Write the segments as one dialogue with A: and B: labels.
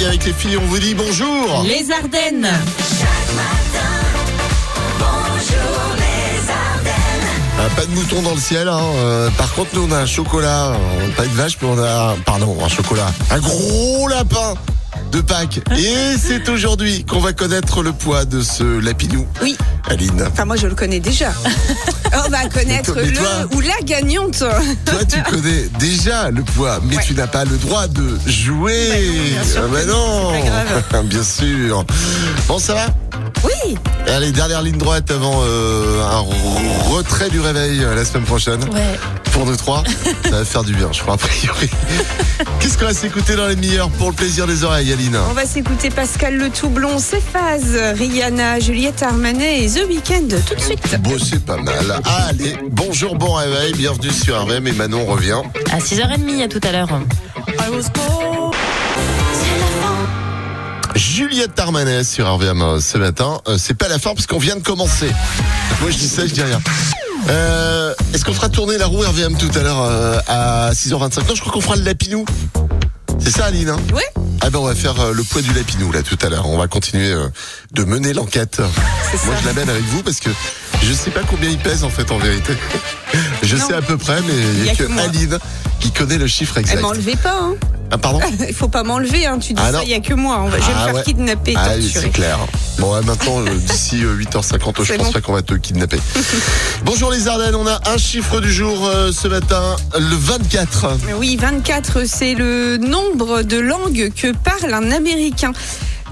A: Et avec les filles, on vous dit bonjour.
B: Les Ardennes.
A: Ah, pas de mouton dans le ciel. hein. Euh, par contre, nous, on a un chocolat. euh, Pas de vache, mais on a. un- Pardon, un chocolat. Un gros lapin de Pâques. Et c'est aujourd'hui qu'on va connaître le poids de ce lapinou.
C: Oui.
A: Aline,
C: Enfin, moi, je le connais déjà. On va connaître
A: Mais toi-
C: le ou la gagnante.
A: toi, tu connais déjà le poids, mais tu n'as pas le droit de jouer.
C: Bah non, bien sûr
A: Ah, bah
C: que
A: non.
C: non, c'est pas
A: bien sûr. Bon, ça va
C: Oui.
A: Allez, dernière ligne droite avant euh, un retrait du réveil euh, la semaine prochaine.
B: Ouais.
A: Pour 2-3, ça va faire du bien, je crois, a priori. Qu'est-ce qu'on va s'écouter dans les demi-heures pour le plaisir des oreilles, Aline hein
C: On va s'écouter Pascal Le Toublon, Céphase, Rihanna, Juliette Armanet et The Weeknd tout de suite.
A: Bon, c'est pas mal. Allez, bonjour, bon réveil, bienvenue sur RM et Manon revient.
B: À 6h30, à tout à l'heure.
A: Juliette Tarmanet sur RVM euh, ce matin. Euh, c'est pas la fin parce qu'on vient de commencer. Moi je dis ça, je dis rien. Euh, Est-ce qu'on fera tourner la roue RVM tout à l'heure euh, à 6h25 Non, je crois qu'on fera le lapinou. C'est ça Aline hein
C: Ouais.
A: Ah ben on va faire euh, le poids du lapinou là tout à l'heure. On va continuer euh, de mener l'enquête.
C: ça.
A: Moi je l'amène avec vous parce que je sais pas combien il pèse en fait en vérité. Je
C: Non.
A: sais à peu près mais il y a, que,
C: moi.
A: Aline qui connaît le chiffre
C: Elle
A: exact.
C: m'enlevait pas. Hein.
A: Ah pardon
C: Il faut pas m'enlever. Hein. Tu dis
A: Ah non.
C: ça, il y a que moi. On va- Je vais
A: Ah
C: me faire
A: ouais.
C: kidnapper et
A: Ah oui, c'est
C: torturer.
A: clair. Bon, ouais, maintenant, euh, d'ici euh, 8h50, je
C: C'est
A: pense
C: bon.
A: pas qu'on va te kidnapper. Bonjour les Ardennes, on a un chiffre du jour euh, ce matin, le 24.
C: Oui, 24, c'est le nombre de langues que parle un Américain.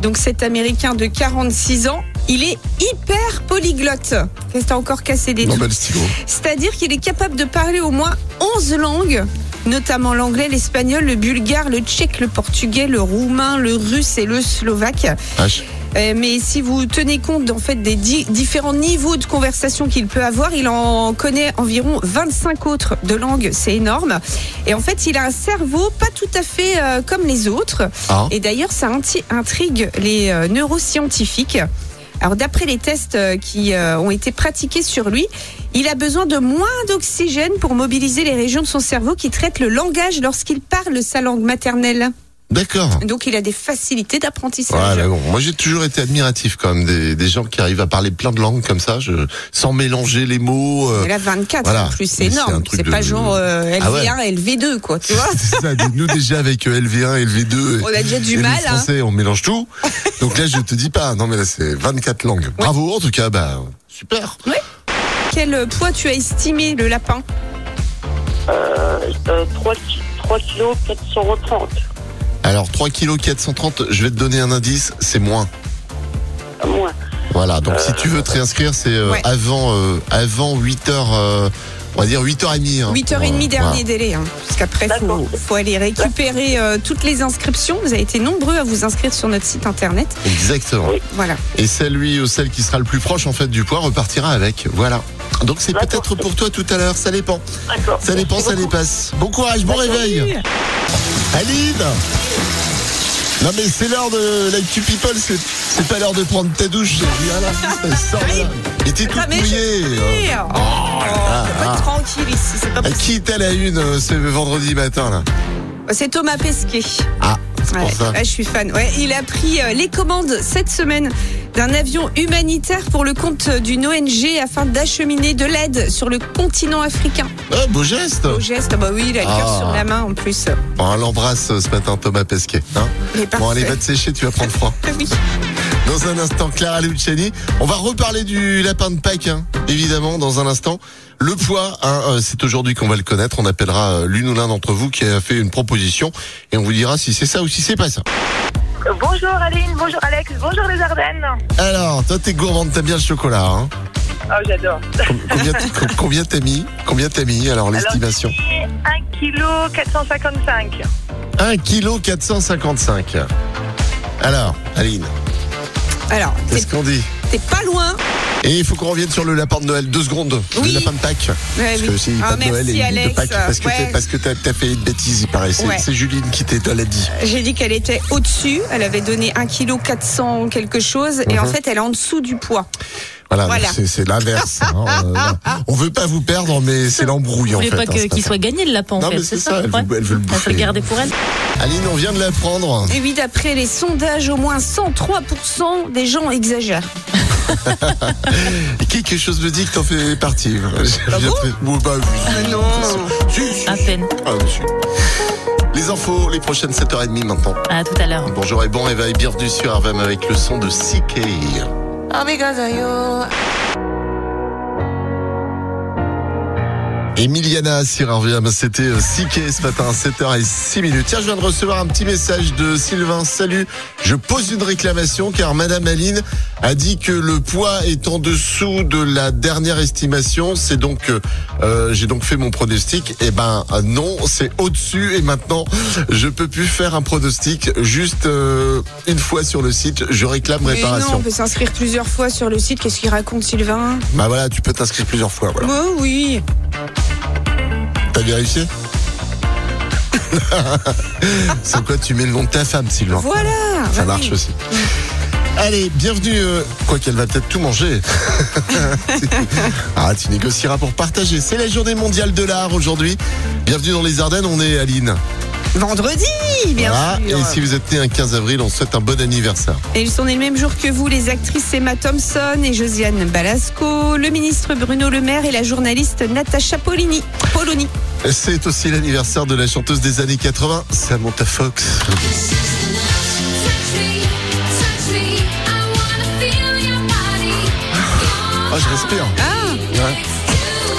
C: Donc cet Américain de 46 ans, il est hyper polyglotte. Qu'est-ce que t'as encore cassé des
A: Non,
C: dents
A: mais le stylo.
C: C'est-à-dire qu'il est capable de parler au moins 11 langues, notamment l'anglais, l'espagnol, le bulgare, le tchèque, le portugais, le roumain, le russe et le slovaque.
A: H.
C: Euh, mais si vous tenez compte en fait des di- différents niveaux de conversation qu'il peut avoir, il en connaît environ 25 autres de langues, c'est énorme. Et en fait, il a un cerveau pas tout à fait euh, comme les autres.
A: Ah.
C: Et d'ailleurs, ça inti- intrigue les euh, neuroscientifiques. Alors d'après les tests euh, qui euh, ont été pratiqués sur lui, il a besoin de moins d'oxygène pour mobiliser les régions de son cerveau qui traitent le langage lorsqu'il parle sa langue maternelle.
A: D'accord.
C: Donc il a des facilités d'apprentissage.
A: Voilà, bon. Moi, j'ai toujours été admiratif quand même des, des gens qui arrivent à parler plein de langues comme ça, je, sans mélanger les mots. euh,
C: Mais là, 24
A: Voilà.
C: en plus, c'est
A: Mais c'est un
C: énorme.
A: truc
C: C'est
A: de-
C: pas genre euh, LV1,
A: Ah ouais.
C: LV2, quoi, tu vois.
A: C'est ça, nous déjà avec euh, LV1 et LV2. et-
C: On a déjà
A: et
C: du
A: les
C: mal, hein.
A: Français, on mélange tout. Donc là, je te dis pas. Non, mais là, c'est 24 langues. Bravo, en tout cas, bah, super.
C: Quel euh, poids tu as estimé le lapin
D: Euh, 3, kilos 430.
A: Alors 3 kg 430, je vais te donner un indice, c'est moins.
D: à Moins.
A: Voilà, donc si tu veux te réinscrire, c'est euh,
C: Ouais.
A: avant euh, avant 8h euh, on va dire 8h30. hein,
C: 8h30
A: pour, euh,
C: dernier délai, hein, parce qu'après,
D: D'accord.
C: faut, faut aller récupérer euh, toutes les inscriptions. Vous avez été nombreux à vous inscrire sur notre site internet.
A: voilà, exactement.
D: Oui.
C: Voilà.
A: Et celui ou celle qui sera le plus proche en fait du poids repartira avec. Voilà. Donc c'est
D: D'accord.
A: peut-être pour toi tout à l'heure, ça dépend.
D: D'accord.
A: Ça dépend, ça dépasse. Bon courage, bon réveil. Aline Non mais c'est l'heure de l'actu people, c'est c'est pas l'heure de prendre ta douche. Ah, Voilà, sors de là. Et t'es toute
C: Ah, mais je-
A: mouillée.
C: Oh,
A: là Ah,
C: faut
A: là.
C: être tranquille ici, c'est pas
A: À
C: possible.
A: qui est à la une euh, ce vendredi matin là
C: C'est Thomas Pesquet.
A: Ah, c'est pour
C: Ouais,
A: ça.
C: ouais, je suis fan. Ouais, il a pris euh, les commandes cette semaine d'un avion humanitaire pour le compte d'une ONG afin d'acheminer de l'aide sur le continent africain.
A: Ah, beau geste
C: Au geste, bah oui, il a le
A: Ah.
C: cœur sur la main en plus.
A: Bon, On l'embrasse euh, ce matin Thomas Pesquet. hein.
C: Mais
A: bon allez, va
C: parfait.
A: te sécher, tu vas prendre froid.
C: Oui.
A: Dans un instant, Clara Luciani. On va reparler du lapin de Pâques, hein, évidemment, dans un instant. Le poids, hein, euh, c'est aujourd'hui qu'on va le connaître. On appellera euh, l'une ou l'un d'entre vous qui a fait une proposition et on vous dira si c'est ça ou si c'est pas ça.
D: Euh, Bonjour Aline, bonjour Alex, bonjour les Ardennes.
A: Alors, toi t'es gourmande, t'aimes bien le chocolat. Hein.
D: Oh, j'adore.
A: Com- Combien, com- combien t'as mis Combien t'as mis Alors l'estimation.
D: 1 kilo 455.
A: 1 kg 455. Alors, Aline,
C: Alors,
A: qu'est-ce
C: t'es-
A: qu'on dit
C: t'es pas loin.
A: Et il faut qu'on revienne sur le lapin de Noël, deux secondes.
C: Oui.
A: Le lapin de Pâques.
C: Ouais,
A: parce
C: oui.
A: que c'est
C: Ah,
A: pas de
C: merci,
A: Noël et il est de
C: Alex.
A: Pâques. Parce que
C: Ouais.
A: t'es- parce que t'as t'as fait une bêtise, il paraît. C'est
C: Ouais.
A: c'est Juline qui t'est- te l'a dit.
C: J'ai dit qu'elle était au-dessus. Elle avait donné 1,4 kg quelque chose. Et
A: Mhm.
C: en fait, elle est en dessous du poids.
A: Voilà,
C: Voilà.
A: donc c'est- c'est l'inverse. hein. Euh, on veut pas vous perdre, mais c'est l'embrouille
B: Vous
A: en
B: voulez
A: fait.
B: pas
A: hein,
B: que-
A: c'est
B: qu'il
A: ça.
B: soit gagné le lapin, en
A: Non,
B: fait.
A: mais c'est ça, elle veut- elle veut le
B: faut
A: bouffer.
B: garder pour elle.
A: Aline, on vient de l'apprendre.
C: Et oui, d'après les sondages, au moins 103% des gens exagèrent.
A: Et quelque chose me dit que t'en fais partie. euh,
C: Ah
A: J'ai
C: bon Ah
A: appris- Oui, bah oui.
C: non
A: Si, si, si.
B: À peine.
A: Ah, oui, si. Les infos, les prochaines 7h30 maintenant.
B: À tout à l'heure.
A: Bonjour et bon réveil, bienvenue sur RVM avec le son de CKI. Emiliana sur RVM, c'était euh, CK ce matin, 7h06 minutes. Tiens, je viens de recevoir un petit message de Sylvain. Salut, je pose une réclamation car Madame Aline a dit que le poids est en dessous de la dernière estimation. C'est donc, euh, euh, j'ai donc fait mon pronostic. Eh ben euh, non, c'est au-dessus et maintenant je peux plus faire un pronostic. Juste euh, une fois sur le site, je réclame
C: Mais non, on
A: réparation.
C: peut s'inscrire plusieurs fois sur le site. Qu'est-ce qu'il raconte, Sylvain
A: Bah voilà, tu peux t'inscrire plusieurs fois. Voilà.
C: Oh oui
A: T'as vérifié C'est quoi Tu mets le nom de ta femme, Sylvain.
C: Voilà
A: Ça
C: Bah
A: marche
C: oui.
A: aussi. Allez, bienvenue. euh, quoi qu'elle va peut-être tout manger. ah, tu négocieras pour partager. C'est la journée mondiale de l'art aujourd'hui. Bienvenue dans les Ardennes, on est Aline.
C: Vendredi, bien
A: Voilà.
C: sûr
A: Et si vous êtes né un 15 avril, on souhaite un bon anniversaire.
C: Et ils sont nés le même jour que vous, les actrices Emma Thompson et Josiane Balasco, le ministre Bruno Le Maire et la journaliste Natacha Polini. Poloni.
A: C'est aussi l'anniversaire de la chanteuse des années 80, Samantha Fox.
C: Ah.
A: Ah, je respire.
C: Ah,
A: Ouais.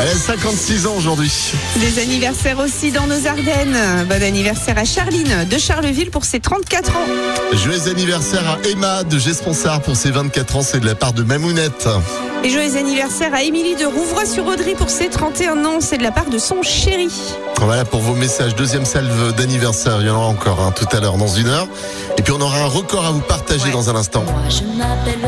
A: Elle a 56 ans aujourd'hui.
C: des anniversaires aussi dans nos Ardennes. Bon anniversaire à Charline de Charleville pour ses 34 ans.
A: Joyeux anniversaire à Emma de Gesponsard pour ses 24 ans, c'est de la part de Mamounette.
C: Et joyeux anniversaire à Émilie de Rouvroy-sur-Audry pour ses 31 ans. C'est de la part de son chéri.
A: Voilà pour vos messages. Deuxième salve d'anniversaire. Il y en aura encore hein, tout à l'heure dans une heure. Et puis on aura un record à vous partager
B: Ouais.
A: dans un instant.
B: Moi, je m'appelle.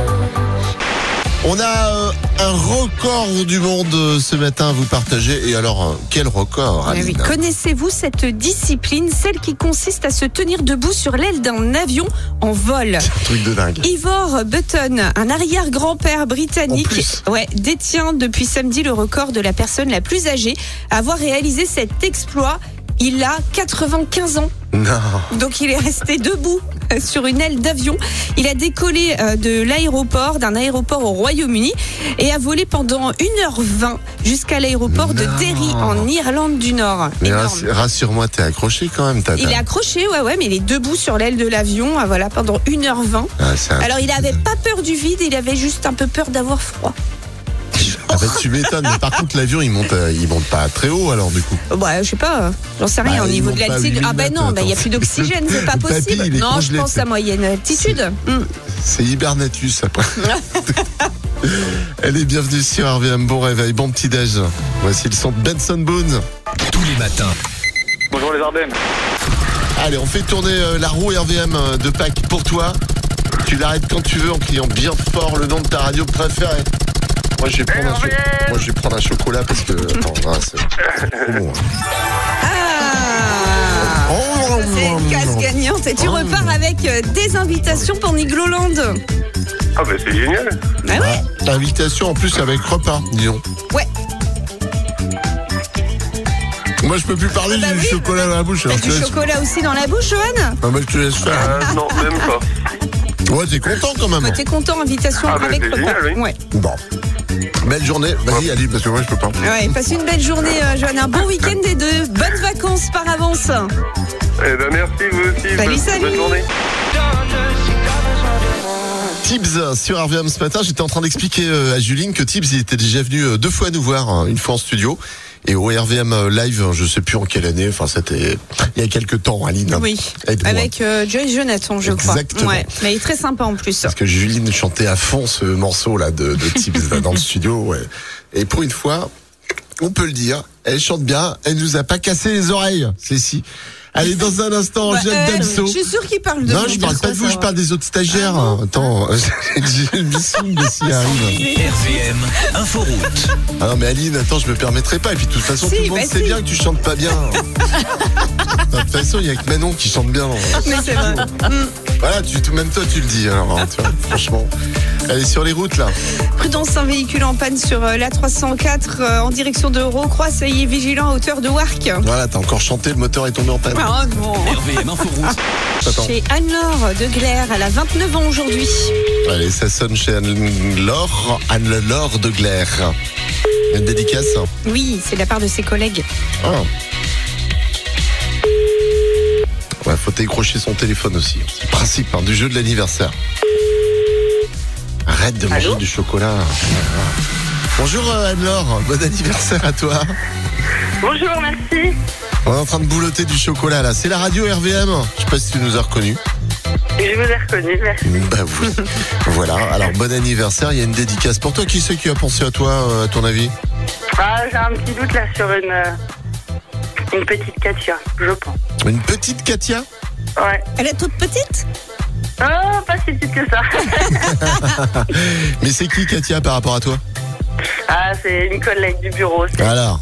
A: On a euh, un record du monde euh, ce matin à vous partager. Et alors, euh, quel record
C: Ah oui.
A: Aline
C: Connaissez-vous cette discipline, celle qui consiste à se tenir debout sur l'aile d'un avion en vol
A: C'est un truc de dingue.
C: Ivor Button, un arrière-grand-père
A: En plus.
C: britannique, ouais, détient depuis samedi le record de la personne la plus âgée à avoir réalisé cet exploit. Il a 95 ans,
A: Non.
C: donc il est resté debout euh, sur une aile d'avion. Il a décollé euh, de l'aéroport, d'un aéroport au Royaume-Uni, et a volé pendant 1h20 jusqu'à l'aéroport de
A: Non.
C: Derry en Irlande du Nord.
A: Mais
C: Énorme.
A: rassu- rassure-moi, t'es accroché quand même, Tata.
C: Il est accroché, ouais, ouais, mais il est debout sur l'aile de l'avion, ah, voilà, pendant 1h20.
A: Ah, c'est un-
C: Alors il avait pas peur du vide, il avait juste un peu peur d'avoir froid.
A: Ah bah, tu m'étonnes. Mais par contre, l'avion, il monte, euh, il monte pas très haut alors du coup.
C: Oh, Bah je sais pas, euh, j'en sais rien
A: Bah,
C: au
A: ils
C: niveau
A: montent
C: de
A: pas
C: l'altitude.
A: 8000
C: Ah bah non,
A: mètres,
C: bah il y a
A: attends.
C: plus d'oxygène, c'est pas
A: Le papy,
C: possible.
A: il est
C: non, je
A: congelé,
C: pense
A: c'est-
C: à moyenne altitude. Hmm.
A: C'est Hibernatus après. Elle est bienvenue sur RVM. Bon réveil, bon petit déj. Voici le son de Benson Boone.
E: Tous les matins,
F: Bonjour les Ardennes.
A: Allez, on fait tourner euh, la roue RVM euh, de Pâques pour toi. Tu l'arrêtes quand tu veux en criant bien fort le nom de ta radio préférée. Moi je vais prendre, un, cho-
F: RVM.
A: Moi, je vais prendre un chocolat parce que. Attends, ah, c'est- c'est trop bon, hein.
C: Ah Ça, c'est une casse gagnante et tu
A: Oh.
C: repars avec euh, des invitations pour Nigloland.
F: Ah bah c'est génial.
C: Bah ouais.
A: Ah, Invitation en plus avec repas, disons.
C: Ouais.
A: Moi je peux plus parler,
C: Bah
A: j'ai du
C: oui.
A: chocolat dans la bouche.
C: T'as
A: alors
C: du
A: je te laisse-
C: chocolat aussi dans la bouche, Johan
A: Ah, bah, je te laisse faire.
F: Euh, non, même pas.
A: Ouais, t'es content quand même.
C: Bah, T'es content, invitation
F: Ah, bah,
C: avec
F: c'est
C: repas.
F: génial, oui.
C: Ouais.
A: Bon. Belle journée. Vas-y, Ali, parce que moi, je peux pas.
C: Ouais, passe une belle journée, euh, Johan. Un bon week-end et de bonnes vacances par avance.
F: Eh ben merci vous aussi.
C: Salut,
F: bonne,
C: salut.
F: bonne journée.
A: Tibbs sur RVM ce matin. J'étais en train d'expliquer euh, à Juline que Tibbs, il était déjà venu euh, deux fois nous voir, hein, une fois en studio. Et au RVM euh, live, euh, je sais plus en quelle année, enfin c'était il y a quelques temps, Aline.
C: Oui.
A: Ah Aide-moi.
C: Avec euh, Joyce Jonathan, je
A: Exactement.
C: crois. Ouais. Mais il est très sympa en plus.
A: Parce que Juline chantait à fond ce morceau là de, de Tibbs là, dans le studio. ouais. Et pour une fois, on peut le dire, elle chante bien. Elle nous a pas cassé les oreilles, Cécile. Allez, dans un instant,
C: Bah,
A: Jeanne
C: elle,
A: Damso.
C: je suis sûr qu'il parle de
A: Non,
C: vous,
A: je parle
C: ça,
A: pas de vous,
C: ça
A: je
C: va. Ah
A: parle des autres stagiaires. Attends, euh, j'ai une mission mais s'il arrive.
E: RVM Inforoute.
A: Ah non, mais Aline, attends, je me permettrai pas. Et puis, de toute façon,
C: Si,
A: tout le monde
C: bah
A: sait
C: si.
A: bien que tu chantes pas bien. De toute façon, il y a que Manon qui chante bien.
C: Mais c'est vrai.
A: Voilà, tu, même toi tu le dis, alors, hein, tu vois, franchement. Elle est sur les routes là.
C: Prudence, un véhicule en panne sur euh, la 304 euh, en direction de Rocroi. Soyez vigilants à hauteur de Warc.
A: Voilà, t'as encore chanté, le moteur est tombé en panne.
C: Ah non.
E: RVM Inforoute.
A: Attends.
C: Chez Anne-Laure de Glaire, elle a 29 ans aujourd'hui.
A: Allez, ça sonne chez Anne-Laure, Anne-Laure de Glaire. Une dédicace hein.
C: Oui, c'est de la part de ses collègues.
A: Ah. Ouais, faut décrocher son téléphone aussi. C'est le principe hein, du jeu de l'anniversaire. Arrête de manger
D: Allô
A: du chocolat. Bonjour euh, Anne-Laure, bon anniversaire à toi.
D: Bonjour, merci.
A: On est en train de boulotter du chocolat là. C'est la radio RVM. Je sais pas si tu nous as reconnus.
D: Je vous ai reconnu, merci.
A: Bah oui. voilà. Alors bon anniversaire. Il y a une dédicace pour toi. Qui c'est qui a pensé à toi, euh, à ton avis
D: Ah, j'ai un petit doute là sur une, euh, une petite Katia, je pense.
A: Une petite Katia
D: Ouais.
C: Elle est toute petite
D: Oh, pas si petite que ça.
A: Mais c'est qui Katia par rapport à toi
D: Ah, c'est une collègue du bureau. c'est-
A: Alors,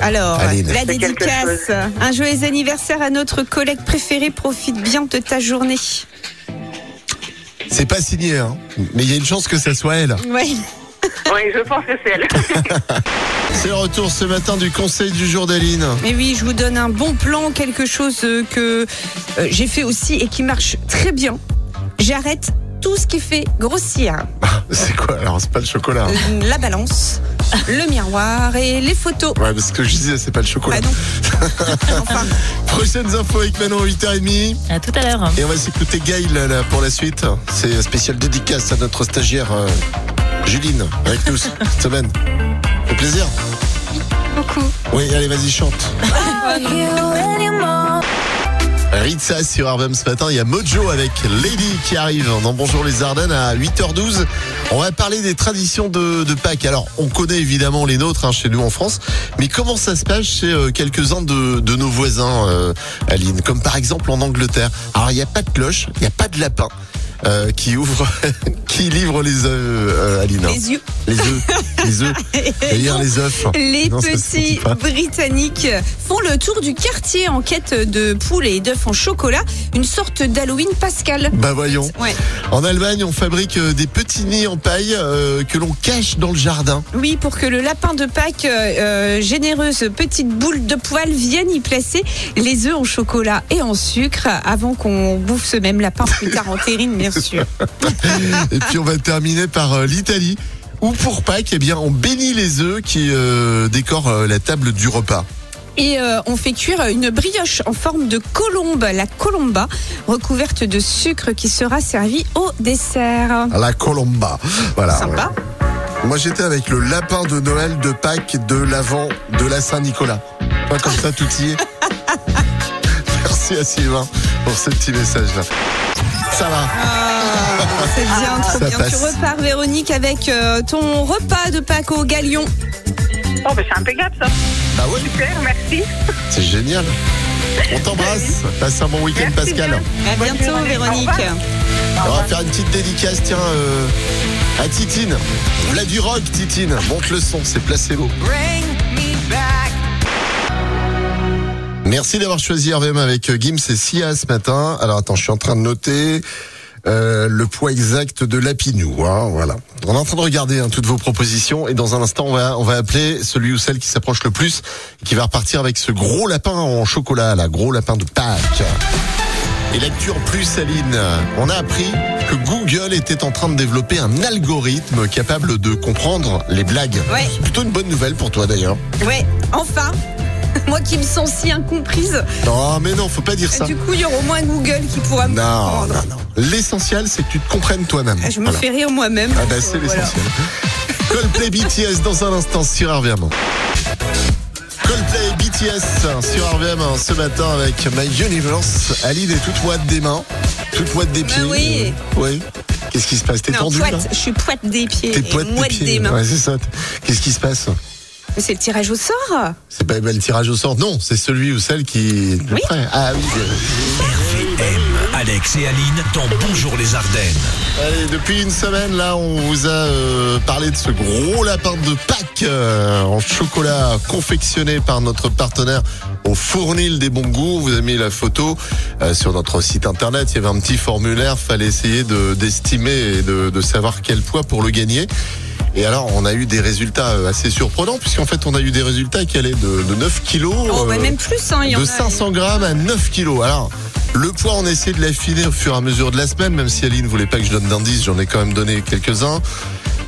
C: Alors,
A: Aline.
C: la
D: C'est quelque
C: dédicace. Un joyeux anniversaire à notre collègue préféré. Profite bien de ta journée.
A: c'est pas signé, hein. Mais il y a une chance que ça soit elle.
C: Oui.
D: Oui, je pense que c'est elle.
A: C'est le retour ce matin du conseil du jour d'Aline.
C: Mais oui, je vous donne un bon plan, quelque chose euh, que euh, j'ai fait aussi et qui marche très bien. J'arrête tout ce qui fait grossir.
A: Ah, C'est quoi Alors, c'est pas le chocolat. hein.
C: Euh, La balance, le miroir et les photos.
A: Ouais, parce que je disais, c'est pas le chocolat.
C: Ah non. Enfin.
A: Prochaines infos avec Manon à 8h30.
B: À tout à l'heure.
A: Et on va s'écouter Gail là, là, pour la suite. C'est spécial dédicace à notre stagiaire euh, Juline, avec nous cette semaine. Au plaisir. Beaucoup. Oui, allez, vas-y, chante. Ritza sur Arvem ce matin, il y a Mojo avec Lady qui arrive dans Bonjour les Ardennes à 8h12. On va parler des traditions de, de Pâques. Alors, on connaît évidemment les nôtres hein, chez nous en France, mais comment ça se passe chez euh, quelques-uns de, de nos voisins, euh, Aline Comme par exemple en Angleterre. Alors, il n'y a pas de cloche, il n'y a pas de lapin euh, qui ouvre, qui livre les œufs, euh, Aline. hein.
C: Les yeux.
A: Les œufs, les œufs, d'ailleurs les œufs.
C: Les
A: Non, ça se dit
C: petits
A: pas.
C: Britanniques font le tour du quartier en quête de poules et d'œufs en chocolat, une sorte d'Halloween pascal.
A: Bah voyons.
C: Ouais.
A: En Allemagne, on fabrique euh, des petits nids en paille euh, que l'on cache dans le jardin.
C: Oui, pour que le lapin de Pâques, euh, euh, généreuse petite boule de poil, vienne y placer les œufs en chocolat et en sucre avant qu'on bouffe ce même lapin plus tard en terrine, bien sûr.
A: Et puis on va terminer par euh, l'Italie. Où pour Pâques, eh bien, on bénit les œufs qui euh, décorent euh, la table du repas.
C: Et euh, on fait cuire une brioche en forme de colombe, la colomba, recouverte de sucre qui sera servie au dessert.
A: À la Colomba. Voilà.
C: Sympa.
A: ouais. Moi, j'étais avec le lapin de Noël de Pâques, de l'Avent, de la Saint-Nicolas. Pas comme ça, tout y est. Merci à Sylvain pour ce petit message-là. Ça va.
C: Ah. C'est bien, trop
A: Ça
C: bien. Tu
A: passe.
C: repars, Véronique, avec euh, ton repas de Pâques au Galion.
D: Oh, bah, c'est impeccable ça.
A: Bah ouais,
D: Super, merci.
A: c'est génial. On t'embrasse. Passe un bon week-end,
D: Merci
A: Pascal.
D: bien.
C: À
D: Bonne
C: bientôt,
D: journée.
C: Véronique.
D: Au revoir.
A: Alors, on va faire une petite dédicace, tiens, euh, à Titine. V'là du rock, Titine. Monte le son, c'est placebo. Merci d'avoir choisi RVM avec euh, Gims et Sia ce matin. Alors, attends, je suis en train de noter. euh, le poids exact de l'apinou, hein, voilà. On est en train de regarder hein, toutes vos propositions et dans un instant on va on va appeler celui ou celle qui s'approche le plus, qui va repartir avec ce gros lapin en chocolat, là, gros lapin de Pâques. Et lecture plus saline, on a appris que Google était en train de développer un algorithme capable de comprendre les blagues.
C: Ouais.
A: C'est plutôt une bonne nouvelle pour toi d'ailleurs.
C: Ouais, enfin. Moi qui me sens si incomprise,
A: Non, mais non, faut pas dire ça.
C: Bah, du coup, il y aura au moins Google qui pourra me
A: Non,
C: comprendre. Ah,
A: non, non. L'essentiel, c'est que tu te comprennes toi-même.
C: Je me
A: Voilà.
C: fais rire moi-même.
A: Ah bah c'est
C: Voilà.
A: l'essentiel. Coldplay BTS dans un instant sur RVM. Coldplay BTS sur RVM ce matin avec My Universe. Aline est toute moite des mains, toute moite des pieds.
C: Bah oui.
A: Oui. Qu'est-ce qui se passe T'es
C: Non,
A: tendu
C: poite,
A: là
C: je suis poite des pieds
A: T'es
C: et
A: poite
C: moite
A: pieds.
C: des mains.
A: Ouais, c'est ça. Qu'est-ce qui se passe
C: Mais c'est le tirage au sort Oh,
A: C'est pas bah, le tirage au sort. Non, c'est celui ou celle qui.
C: Oui.
A: Après. Ah oui. euh,
E: M. Alex et Aline dans Bonjour les Ardennes.
A: Allez, depuis une semaine, là, on vous a euh, parlé de ce gros lapin de Pâques euh, en chocolat confectionné par notre partenaire au Fournil des Bons Goûts. On Vous avez mis la photo euh, sur notre site internet. Il y avait un petit formulaire. Fallait essayer de- d'estimer et de, de savoir quel poids pour le gagner. Et alors, on a eu des résultats euh, assez surprenants, puisqu'en fait, on a eu des résultats qui allaient de, de 9 kilos.
C: Oh, bah,
A: euh,
C: même plus, hein, il y en
A: de
C: a.
A: 500 grammes à 9 kilos. Alors, le poids, on essaie de l'affiner au fur et à mesure de la semaine, même si Aline voulait pas que je donne d'indices, j'en ai quand même donné quelques-uns.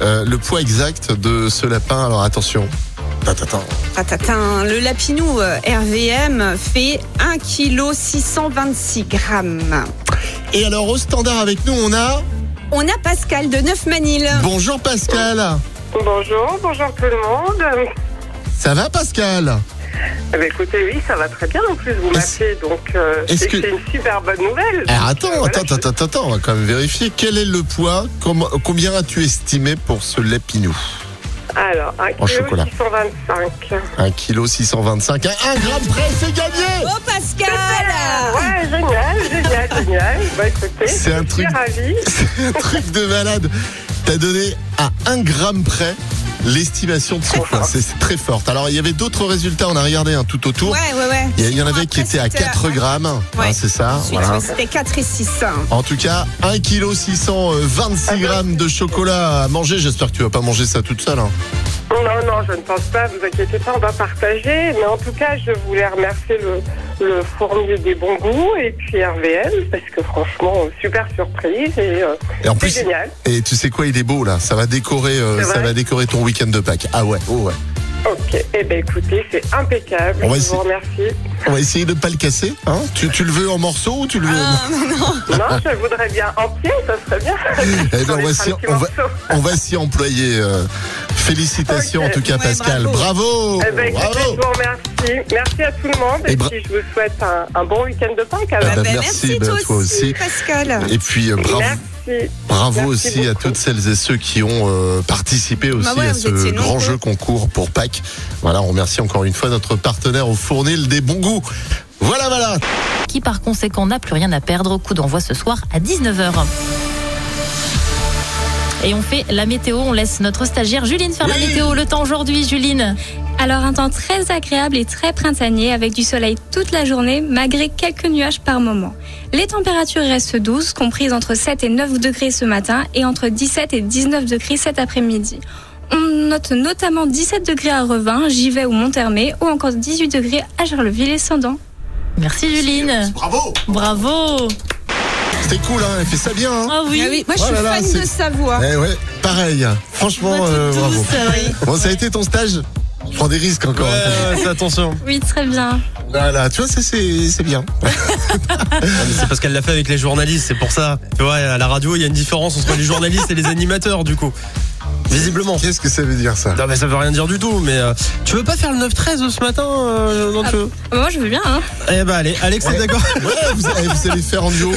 A: Euh, le poids exact de ce lapin, alors attention. Tatatin.
C: Tatatin, le lapinou euh, RVM fait 1 kg 626 grammes.
A: Et alors, au standard avec nous, on a.
C: On a Pascal de Neuf Manille.
A: Bonjour Pascal
D: Bonjour, bonjour tout le monde.
A: Ça va Pascal
D: Eh bien, écoutez, oui, ça va très bien en plus, vous
A: Est-ce-
D: m'appelez, donc euh,
A: est-ce
D: c'est
A: que- Ah.
D: c'est une super bonne nouvelle.
A: Alors Eh, attends,
D: Voilà,
A: attends, attends, attends, attends, on va quand même vérifier. Quel est le poids com- Combien as-tu estimé pour ce lapinou
D: je- Alors, un
A: En
D: kilo
A: Oh, chocolat.
D: 625.
A: 1 kg 625 à 1 gramme près, c'est gagné
C: Oh Pascal
D: Ouais, génial, génial, génial. Bah écoutez,
A: C'est un
D: je suis
A: truc-
D: ravie.
A: C'est un truc de malade. T'as donné à 1 gramme près l'estimation de son poids. C'est c'est très forte. Alors, il y avait d'autres résultats. On a regardé hein, tout autour.
C: Ouais, ouais, ouais.
A: Il y, il y en
C: Sinon,
A: avait qui
C: après,
A: étaient à
C: c'était euh,
A: 4 grammes.
C: Ouais.
A: hein, c'est ça.
C: Ensuite,
A: voilà.
C: ouais, C'était 4 et 6. hein.
A: En tout cas, 1 kg
C: Ah,
A: 626 euh, grammes de chocolat à manger. J'espère que tu vas pas manger ça toute seule. hein.
D: Non, non, je ne pense pas, vous inquiétez pas, on va partager. Mais en tout cas, je voulais remercier le, le fournier des bons goûts et puis RVM, parce que franchement, super surprise et euh,
A: Et en
D: c'est
A: plus,
D: génial.
A: et tu sais quoi, il est beau là. Ça va décorer, euh,
D: C'est
A: ça
D: vrai
A: va décorer ton week-end de Pâques. Ah ouais, oh ouais.
D: Ok, eh bien écoutez, c'est impeccable.
A: On va
D: je
A: essayer.
D: vous remercie.
A: On va essayer de pas le casser. Hein tu, tu le veux en morceaux ou tu le veux
C: Ah,
D: non, je voudrais bien entier, ça serait bien.
A: Eh ben,
D: On
A: on va
D: laissera
A: s'y-
D: un petit
A: on va-
D: morceau.
A: on va s'y employer. euh, Félicitations
D: Ok.
A: en tout cas
C: Ouais,
A: Pascal. Bravo.
D: Eh ben, écoutez,
A: Oh, Bravo.
D: je vous remercie. Merci à tout le monde
A: Et
D: et,
A: bra-
D: puis je vous souhaite un, un bon week-end de Pâques.
A: Ah
D: alors.
A: bah,
C: bah,
A: merci,
C: merci,
A: bah,
C: toi,
A: toi
C: aussi,
A: aussi.
C: Pascal.
A: Et puis euh, bravo,
D: Merci.
A: bravo
D: Merci
A: aussi à
D: beaucoup.
A: toutes celles et ceux qui ont euh, participé aussi
C: Bah ouais,
A: à
C: vous
A: ce
C: étiez
A: grand
C: nombreux.
A: jeu concours pour Pâques. Voilà, on remercie encore une fois notre partenaire au Fournil des bons goûts. Voilà, voilà.
B: qui par conséquent n'a plus rien à perdre au coup d'envoi ce soir à 19h. Et on fait la météo, on laisse notre stagiaire Juline faire la
A: Oui.
B: météo. Le temps aujourd'hui, Juline.
G: Alors un temps très agréable et très printanier avec du soleil toute la journée malgré quelques nuages par moment. Les températures restent douces, comprises entre 7 et 9 degrés ce matin et entre 17 et 19 degrés cet après-midi. On note notamment 17 degrés à Revin, Givet ou Monthermé ou encore 18 degrés à Charleville et Sandan.
B: Merci Juline.
A: Bravo.
B: Bravo.
A: C'était cool, hein. Elle fait ça bien. Hein.
B: Ah oui.
C: Ah oui, moi je
A: Oh
C: suis
A: là là,
C: fan
A: c'est-
C: de sa voix.
A: Eh ouais, pareil. Franchement,
B: Moi, toute
A: euh, bravo.
B: douce, euh, oui.
A: Bon, ça a été ton stage. Je prends des risques encore.
H: faites attention.
G: Oui, très bien.
A: Voilà, tu vois, ça c'est c'est bien.
H: Ah, mais c'est parce qu'elle l'a fait avec les journalistes, c'est pour ça. Tu vois, à la radio, il y a une différence entre les journalistes et les animateurs, du coup. Visiblement.
A: Qu'est-ce que ça veut dire ça
H: Non, mais ça veut rien dire du tout, mais euh, tu veux pas faire le 9-13 ce matin euh, non, tu veux
G: Ah bah, Moi je veux bien. Hein.
H: Eh bah, allez, Alex,
A: Ouais.
H: est d'accord
A: Ouais, vous, eh, vous allez faire en duo.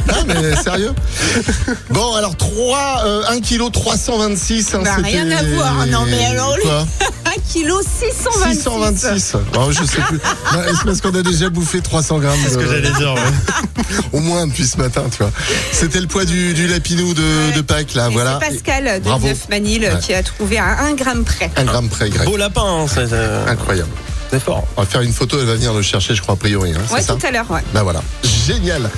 A: Non, mais sérieux. Bon, alors euh, 3, 1 kg 326. hein,
C: Bah,
A: c'était-
C: rien à voir. Non, mais alors, lui-
A: Quoi
C: 1 kg 626.
A: 626. Oh, je sais plus. Non, C'est parce qu'on a déjà bouffé 300 grammes
H: C'est ce que
A: euh,
H: j'allais dire, ouais.
A: au moins depuis ce matin, tu vois. C'était le poids du, du lapinou de,
C: Ouais.
A: de Pâques, là,
C: Et
A: voilà.
C: C'est Pascal de
A: Bravo.
C: Neuf Manille
A: Ouais.
C: qui a trouvé à 1 gramme près.
A: Un gramme près, Greg.
H: Beau lapin, hein, c'est euh,
A: Incroyable.
H: c'est fort.
A: On va faire une photo, elle va venir le chercher, je crois, a priori. hein, c'est
C: Ouais,
A: ça
C: tout à l'heure, ouais.
A: Bah voilà. Génial.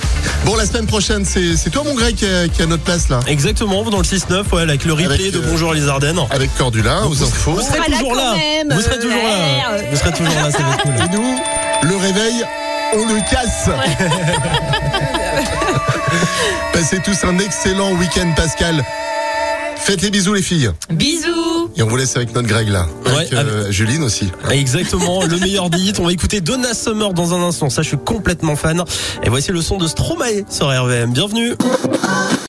A: Bon, la semaine prochaine, c'est c'est toi, mon Greg, qui a, qui a notre place, là.
H: Exactement, dans le 6-9, ouais, avec le replay
A: Avec,
H: de
A: euh,
H: Bonjour les Ardennes.
A: Avec Cordula, aux infos.
H: Vous serez
C: On sera là
H: toujours
C: quand
H: là.
C: même,
H: Vous serez
C: euh,
H: toujours là.
C: ouais.
H: Vous serez toujours là, ça va être cool.
A: Et nous, le réveil, on le casse. Passez tous un excellent week-end, Pascal. Faites les bisous, les filles.
B: Bisous.
A: Et on vous laisse avec notre Greg, là. Avec,
H: Ouais,
A: euh, Juline aussi.
H: Exactement, le meilleur des hits. On va écouter Donna Summer dans un instant. Ça, je suis complètement fan. Et voici le son de Stromae sur RVM. Bienvenue.